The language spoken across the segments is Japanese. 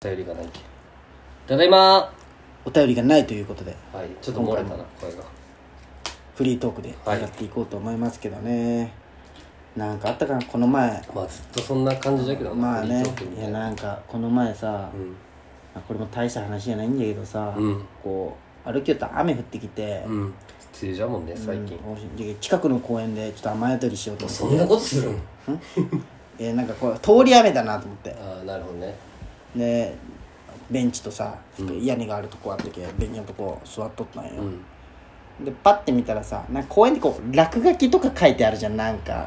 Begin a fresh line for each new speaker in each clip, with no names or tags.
頼りがないけただいま
お便りがないということで
はいちょっと漏れたな声が
フリートークで
はい
やっていこうと思いますけどね、なんかあったかなこの前
まあずっとそんな感じだけどな
まあね
フリートークみ
い
た
や
いな
なんかこの前さ、
うん
まあこれも大した話じゃないんだけどさ、
うん
こう歩きよった雨降ってきて、
うん梅雨じゃもんね最近、
うんで近くの公園でちょっと雨宿りしようと思って
そんなことするん
えなんかこう通り雨だなと思って
ああなるほどね
でベンチとさ、屋根があるとこあったけベンチのとこ座っとったんよ、
うん
でパッて見たらさなんか公園でこう落書きとか書いてあるじゃんなんか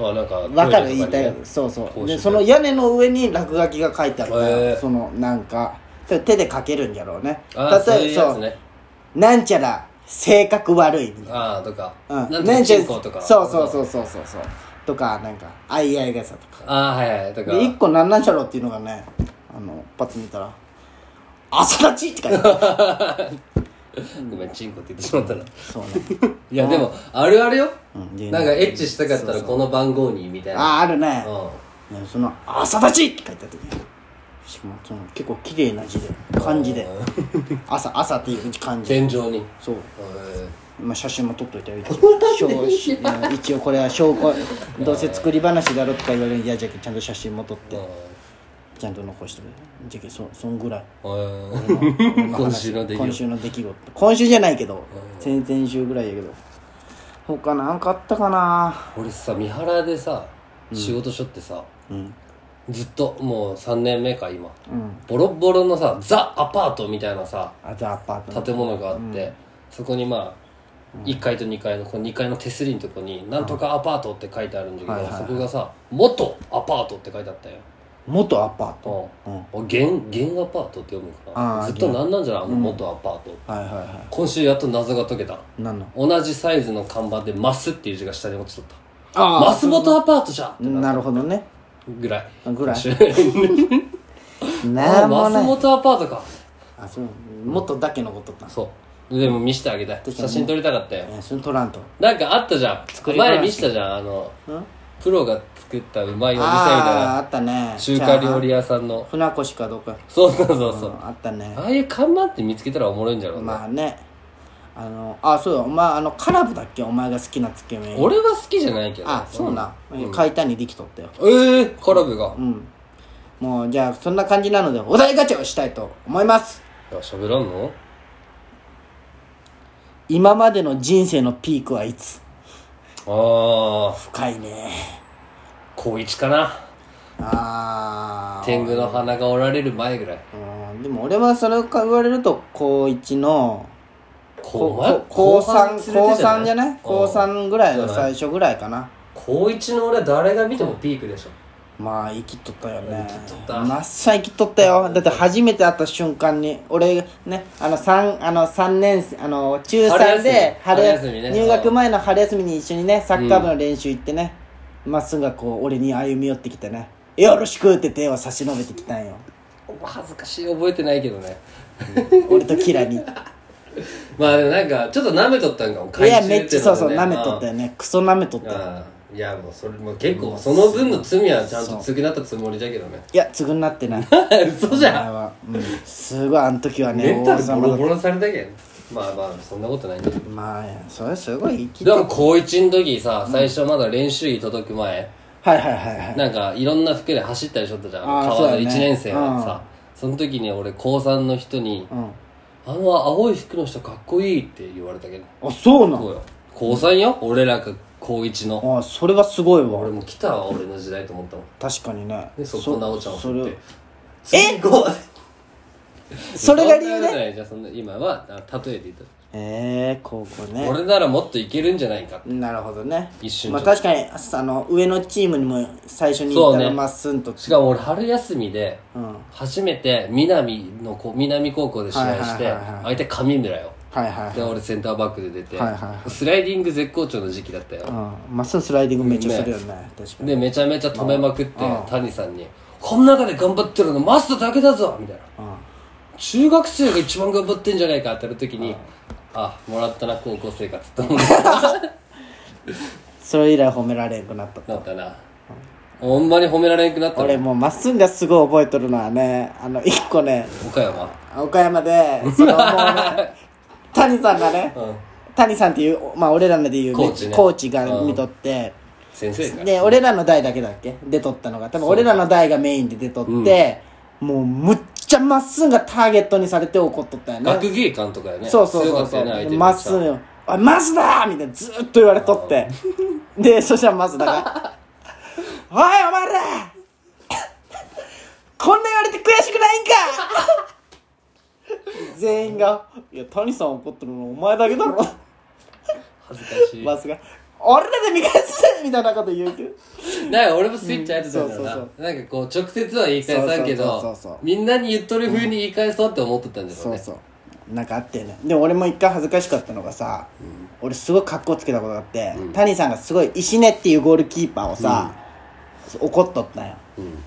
あなんかわ
わかる言いたいよそうそうでその
へ
屋根の上に落書きが書いてあるから、
へえ
そのなんかそれ手で書けるんじゃろうね
あーそう
例
いう
え
や
ば
つね
なんちゃら性格悪いみたい
ああとか、
な,、うん、
なん
なん
か
ちゃら
人口とか
そうそうそううそうそうそうとかなんかあいあい傘とか
ああはいはいとか
で一個なんなんじゃろうっていうのがねあのパッと見たら「朝立ち」って書 いてある
ごめんチンコって言ってしまったな
そうね、
いやでもあるあるよ、
うんで
なんかエッチしたかったらこの番号にみたいな
あああるね、
うん
ねその「朝立ち」って書いてある時しかもその結構綺麗な字で漢字で「 朝朝」っていう漢字
天井に
そう、
へ
まあ、写真も撮っといたよ一応証しうん一応これは証拠どうせ作り話だろとか言われるいやじゃけちゃんと写真も撮って
え
ちゃんと残してるじゃけそそんぐらい
うん今週の出来
今
事
週の出来事今週じゃないけど先々週ぐらいやけど他なんかあったかな
俺さ三原でさ仕事しょってさ、
うん
ずっともう3年目か今
うん
ボロッボロのさザ・アパートみたいなさ
あザ・アパートの
建物があって、そこにまあ1階と2階のこの2階の手すりのとこに「なんとかアパート」って書いてあるんだけど、
はいはいはい
そこがさ「元アパート」って書いてあったよ、
元アパート
う
うんん
あ現現アパートって読むのか
あ
な
ー
ずっとなんなんじゃない、あの元アパート
はいはいは
今週やっと謎が解けた
い何の
同じサイズの看板で「マス」っていう字が下に落ちとった「
あ
マス元アパートじゃ!」ってな
なるほどね
ぐらい
ぐら
今
い
週
な
あ
んも
マス
ない
元アパートか
あそう元だけのことか
そうでも見してあげたい
確
写
かに
真撮りたかったよ
えーそれ取らんと
なんかあったじゃ
作
ん
り話
前見したじゃんあの
うん
プロが作ったうまいお店み
あ
た
ああったね
いな中華料理
屋
屋さんの
船越かどうか
そうそうそうそううん
あったね
ああいう看板って見つけたらおもろいんじゃろうね
まあねあのあそうだお前あのカラブだっけお前が好きなつけ麺
俺は好きじゃないけど
あそうな解体にできとったよ
ええカラブが
うんもうじゃあそんな感じなのでお題ガチャをしたいと思います
いや喋らんの
今までの人生のピークはいつ
ああ
深いね
高一かな
ああ
天狗の鼻が折られる前ぐらい
うんでも俺はそれを言われると高1の
こ
こ
お前
こ高
後半連れ
3
て
高三じゃな
うん
い高3ぐらいの
じゃない
最初ぐらいかな
高一の俺誰が見てもピークでしょ
まあ生きとったよね
生きとった
まっさ生きとったよだって初めて会った瞬間に俺ねあの3あの三年生あの中3で
春休み春休みね
入学前の春休みに一緒にねサッカー部の練習行ってね、まっすぐがこう俺に歩み寄ってきてね「よろしく」って手を差し伸べてきたんよ
恥ずかしい覚えてないけどね
俺とキ ラに
まあでもなんかちょっと舐めとったんかも
いや
怪獣
めっ
って
ちゃ
いうの
そう
でね
そう舐めとったよねクソ舐めとったよ
ああいやもうそれも結構その分の罪はちゃんと償ったつもりだけどね
いや償ってない
嘘じゃん
お前はうんすごいあの時はね
メンタル
王様
ボ
だ
ロ
っ
ボロにされたけんまあまあそんなことないんだけど
たまあそれすごい生き
で
と
も高1の時さ最初まだ練習着届く前
はいはいはいはい
なんかいろんな服で走ったりしとったじゃん
ああ
川の
そう
1
だね
年生はさその時に俺高3の人に
うん
「あの青い服の人かっこいい」って言われたけど
あそうな
そうんよ高3よ俺らが高1の
あそれはすごい
俺
わ
も来たわ俺の時代と思ったもん
確かにね
でそこなおちゃんを
そ
振っ
れ
てえご
それが理由で
でじゃあそんな今はあ例えて言った、
ええ高校ね
俺ならもっといけるんじゃないか
なるほどね
一瞬
まあ確かにあの上のチームにも最初に行ったらまっすんと
しかも俺春休みで
うんはい
初めて南のこ南高校で試合して、
はいはいはいは
相
い
手上村よ
はいはい
で俺センターバックで出て、
はいはいはい
スライディング絶好調の時期だったよ、
うんまっすんスライディングめっちゃするよね確かに
でめちゃめちゃ止めまくって、谷さんに「この中で頑張ってるのマストだけだぞ!」みたいな
うん
中学生が一番頑張ってんじゃないかってやるときに、あもらったな高校生活と思っ
それ以来褒められなくなった
たなほんまに褒められなくなった
俺
の
もうまっすんがすごい覚えとるのはねあの一個ね
岡山
岡山で そのもうね谷さんがね
うん
谷さんっていう、まあ、俺らので言う
コーチね
コーチが見とって、
先生か
で俺らの代だけだっけ出とったのが多分俺らの代がメインで出とって、もうむっちゃまっすんがターゲットにされて怒っとったよね
学芸館とかやね
そうそうそう
強
そ
かったよね相手
うまっすんよ「おいマスだ!」みたいなずーっと言われと ってでそしたらマスだが「おいお前らこんな言われて悔しくないんか!」全員が「いや谷さん怒ってるのお前だけだろ」
恥ずかしい
マスが「俺らで見返せ!」みたいなこと言うけど
なんか俺もスイッチ入ってたんだよ
うんそう
ななんかこう直接は言い返さんけ
そうそう
ど
そうそう
みんなに言っとる風に言い返そうって思ってたんだろう
そう
ね
そうなんかあってねで俺も一回恥ずかしかったのがさ、俺すごい格好つけたことがあって、谷さんがすごい石根っていうゴールキーパーをさ、怒っとったんよ、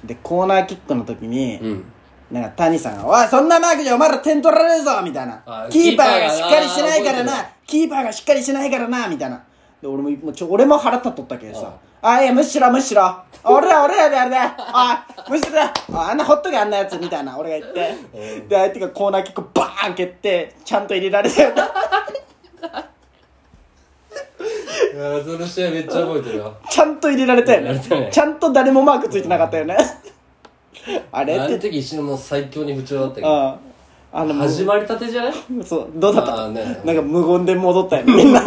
でコーナーキックの時に、
うん
なんか谷さんが「おいそんなマークじゃお前ら点取られるぞ!」みたいな
あ
「キーパーがしっかりしないから
キーパーが
な
な
キーパーがしっかりしないからな」みたいなで俺ももうちょ俺も腹立っとったけどさ「あいやむしろむしろ俺ら俺らであれであむしろだああんなほっとけあんなやつ」みたいな俺が言ってで相手がコーナーキックバーン蹴ってちゃんと入れられた よ
い
な
やーその試合めっちゃ覚えてるよ
ちゃんと入れられたよ
入れられた
ね
ね
ちゃんと誰もマークついてなかったよねあれ
あの
って
時石野も最強に不調だったけ
うん
ど
あのもう
始まりたてじゃない
そうどうだった
あーね
なんか無言で戻ったよねみ んな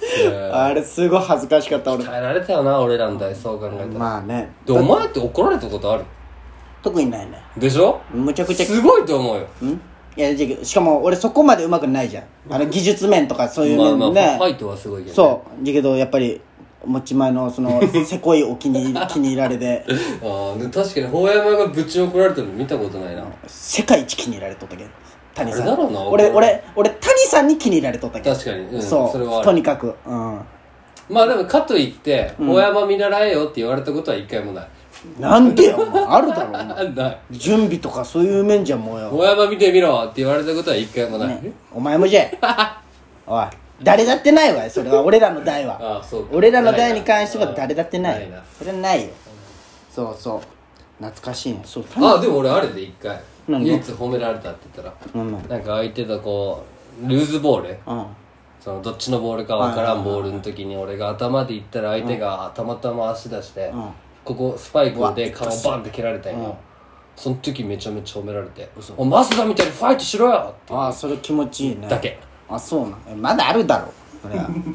変
あれすごい恥ずかしかった俺
えられたよな俺らの代そう考えたら
まあね
でお前って怒られたことある
特にないね
でしょ
むちゃくちゃ
すごいと思うよ
んいやじゃあしかも俺そこまでうまくないじゃんあの技術面とかそういう
まあ
面
まあ
ね、
ファイトはすごいけどう
そうじゃけどやっぱり持ち前のそ のせこいお気に入り気に入られで
ああで確かに法山がぶち怒られてるの見たことないな
世界一気に入られとったけど谷さ
あれだろ
ん
うな
俺俺俺谷さんに気に入られとったけど
確かに、うん、
そう
れはあ
と
る
にかくうん
まあでもかといって「大山見習えよ」って言われたことは一回もない、
なんでよお前あるだろお前
あない
準備とかそういう面じゃもうよ
大山見てみろって言われたことは一回もない、
お前も じゃいおい誰だってないわよそれは俺らの代は
ああそうか
俺らの代に関しては誰だってない
ないな
それはないよそうそう懐かしいねそうた
あでも俺あれで一回
何が
唯一褒められたって言ったら、
うんうん
なんか相手とこうルーズボール
うん
そのどっちのボールかわからんボールの時に俺が頭でいったら相手がたまたま足出して、
ん
ここスパイクで顔バンって蹴られたんよ、その時めちゃめちゃ褒められて「おマスダみたいにファイトしろよ!」って
ああそれ気持ちいいね
だけ
あそうなんえまだあるだろそれは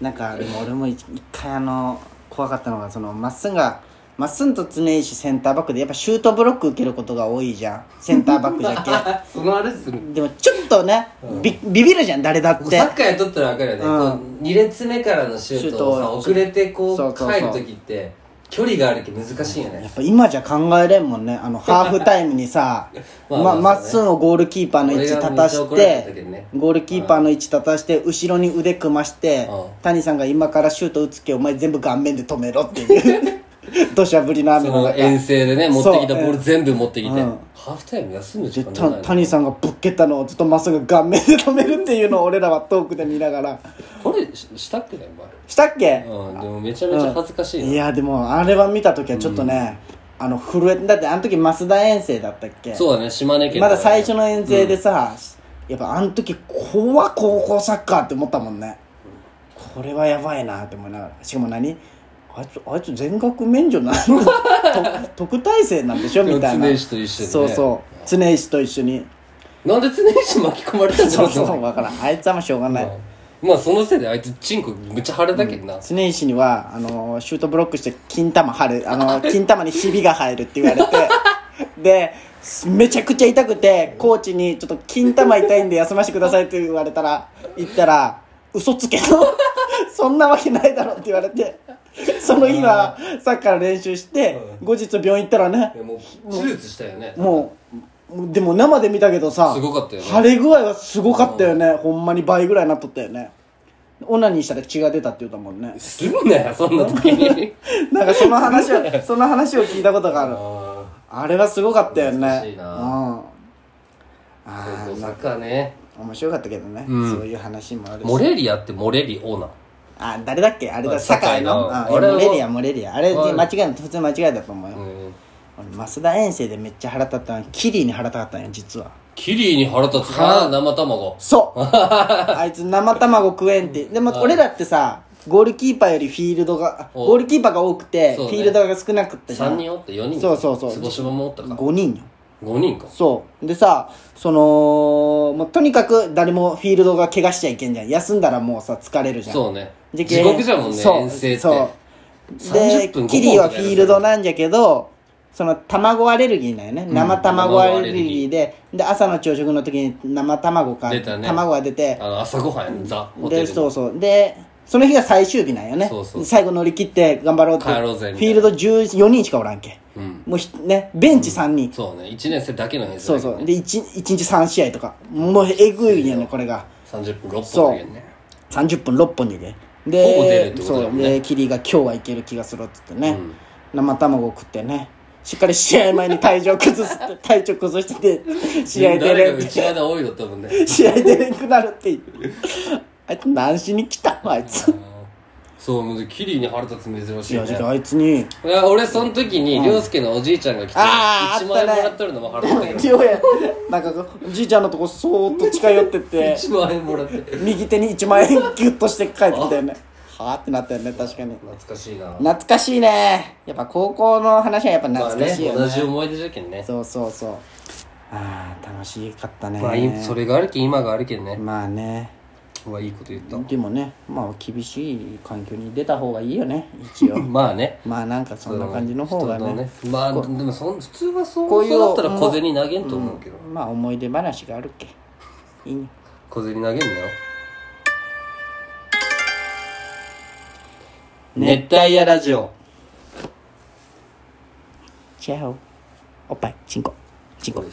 なんかでも俺も一一回あの怖かったのがそのまっすんがまっすんと常石センターバックでやっぱシュートブロック受けることが多いじゃんセンターバック じゃけ
そのあれっすね
でもちょっとね、びビビるじゃん誰だって
サッカーやっとったら分かるよね、
うん
こう2列目からのシュートを
シュー
さ
トを
遅れてこう
そうそうそう
帰る時って距離があるけど難しいよね
やっぱ今じゃ考えれんも んねあのハーフタイムにさ
まあ
ま
ま
ま
あ
っすぐをゴールキーパーの位置立た
俺がめっち
し
ゃ怒られてた
て
けどね
ゴールキーパーの位置立たして後ろに腕組まして
うん
谷さんが今からシュート打つけお前全部顔面で止めろって いう土砂降りの雨
そ
の
の
中
遠征でね持ってきた
そう
ボール全部持ってきて、
うん
ハーフタイム休む時
で
間
た
ない
谷さんがぶっけたのをずっとまっすぐ顔面で止めるっていうのを俺らは遠くで見ながら
これししたっけねお
したっけ、
前うんでもめちゃめちゃ恥ずかしいな、
いやでもあれは見た時はちょっとね、あの震えだってあの時増田遠征だったっけ
そうだね島根県
まだ最初の遠征でさ、やっぱあの時怖っ高校サッカーって思ったもんね、これはやばいなって思いながらしかも何あいつあいつ全額免除なの と特待生なんでしょみたいな
常石と一緒にね
そうそう常石と一緒に
なんで常石巻き込まれたんだ
そ
ろ
う
う
そう
な
分からんあいつはあんましょうがない、
うんまあそのせいであいつチンコめっちゃ腫れたけどな、
常石にはあのシュートブロックして金玉張るあの金玉にひびが入るって 言われてですめちゃくちゃ痛くてコーチに「ちょっと金玉痛いんで休ませてください」って言われたら言ったら「嘘つけと」 そんなわけないだろ」って言われてその日はサッカーの練習して後日病院行ったらね
いやもう手術したよね
もうでも生で見たけどさ
すごかったよね
腫れ具合はすごかったよね、ほんまに倍ぐらいなっとったよねオナニーしたら血が出たって言うたもんね
すんなよそんな時 に
なんかその話を、その話を聞いたことがある。
あ
あれはすごかったよね。
懐かしいな
うん。
あ
あ
高校サッカーね
あ、面白かったけどね。
うん
そういう話もあるし。
モレリアってモレリオーナ
あ誰だっけあれ
う
だ
ん
堺の
堺の
あ
俺は
モレリアモレリアあれ
う
間
ん
違いない普通に間違いだと思うよ、
うん
俺増田遠征でめっちゃ腹立ったのキリーに腹立ったんよ実は
キリに腹立つな生卵
そう あいつ生卵食えんってでも俺らってさゴールキーパーよりフィールドがあ
お
ゴールキーパーが多くて、
そうね
フィールドが少なくって
3人おって4人
そうそうそう
坪島もおったか
5人よ
5人か
そうでさそのもうとにかく誰もフィールドが怪我しちゃいけんじゃん休んだらもうさ疲れるじゃん
そうね
で
地獄じゃもんね
そう
遠征って
そうで
30分
キリは
ご飯とか
フ
やる
ィールドなんじゃけどその卵アレルギーだよね、生卵アレルギーでで朝の朝食の時に生卵か、
出たね
卵が出て
あの朝ごはんやねザホテ
で
ル
そう
の
そうでその日が最終日なんよね
そうそう
最後乗り切って頑張ろうって
帰ろうぜみたいな
フィールド14人しかおらんけ
うん
もうひねベンチ3人、
そうね1年生だけの編成
そう
だけ
そ
ど
う
ね
で 1, 日3試合とかもうえぐいやねこれが
30分6
そう
本だけどね
30分6本じゃけ
ほぼ出るっ
で
てことだ
そ
も
うん
ね
でキリが今日はいける気がするっつってね、
うん
生卵を食ってねしっかり試合前に体調崩すって 体調崩してて試合出
誰が
れん
うちが多いよ多分ね
試合出れんくなるっていうあいつ何しに来たのあいつ
そうもうキリに腹立つ珍し
い
い
やじ
ね
ゃああいつに
いや俺その時に涼介のおじいちゃんが来て
あー
1万円
あ
も
ったね
らっとるのも腹立ったけ
両やなんかこうじいちゃんのとこそーっと近寄っ てって
ど1万円もらって
右手に1万円ギュッとして帰ってきたよねはあってなったよね確かに
懐かしいな
懐かしいねやっぱ高校の話はやっぱ
まあ
懐か
ね
しいよね,、
同じ思い出じゃけんね
そうそうそうああ楽しかったね
まあいそれがあるけん今があるけんね
まあね
うわいいこと言った
でもねまあ厳しい環境に出た方がいいよね一 応
まあね
まあなんかそんな感じの方が
人
ね
のまあでもそん普通はそう
こういう
そうだったら小銭投げんと思うけど
まあ思い出話があるけいいね
小銭投げんなよ熱帯夜ラジオ
チャオおっぱいチンコチンコ
そうです